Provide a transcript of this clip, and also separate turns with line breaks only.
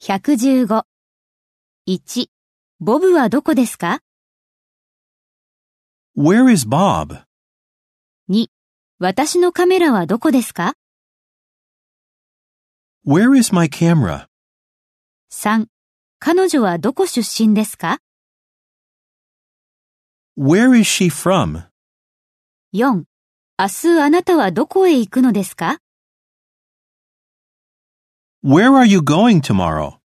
115。1. ボブはどこですか
Where is Bob?
2. 私のカメラはどこですか
Where is my camera?
3. 彼女はどこ出身ですか
Where is she from?
4. 明日あなたはどこへ行くのですか
Where are you going tomorrow?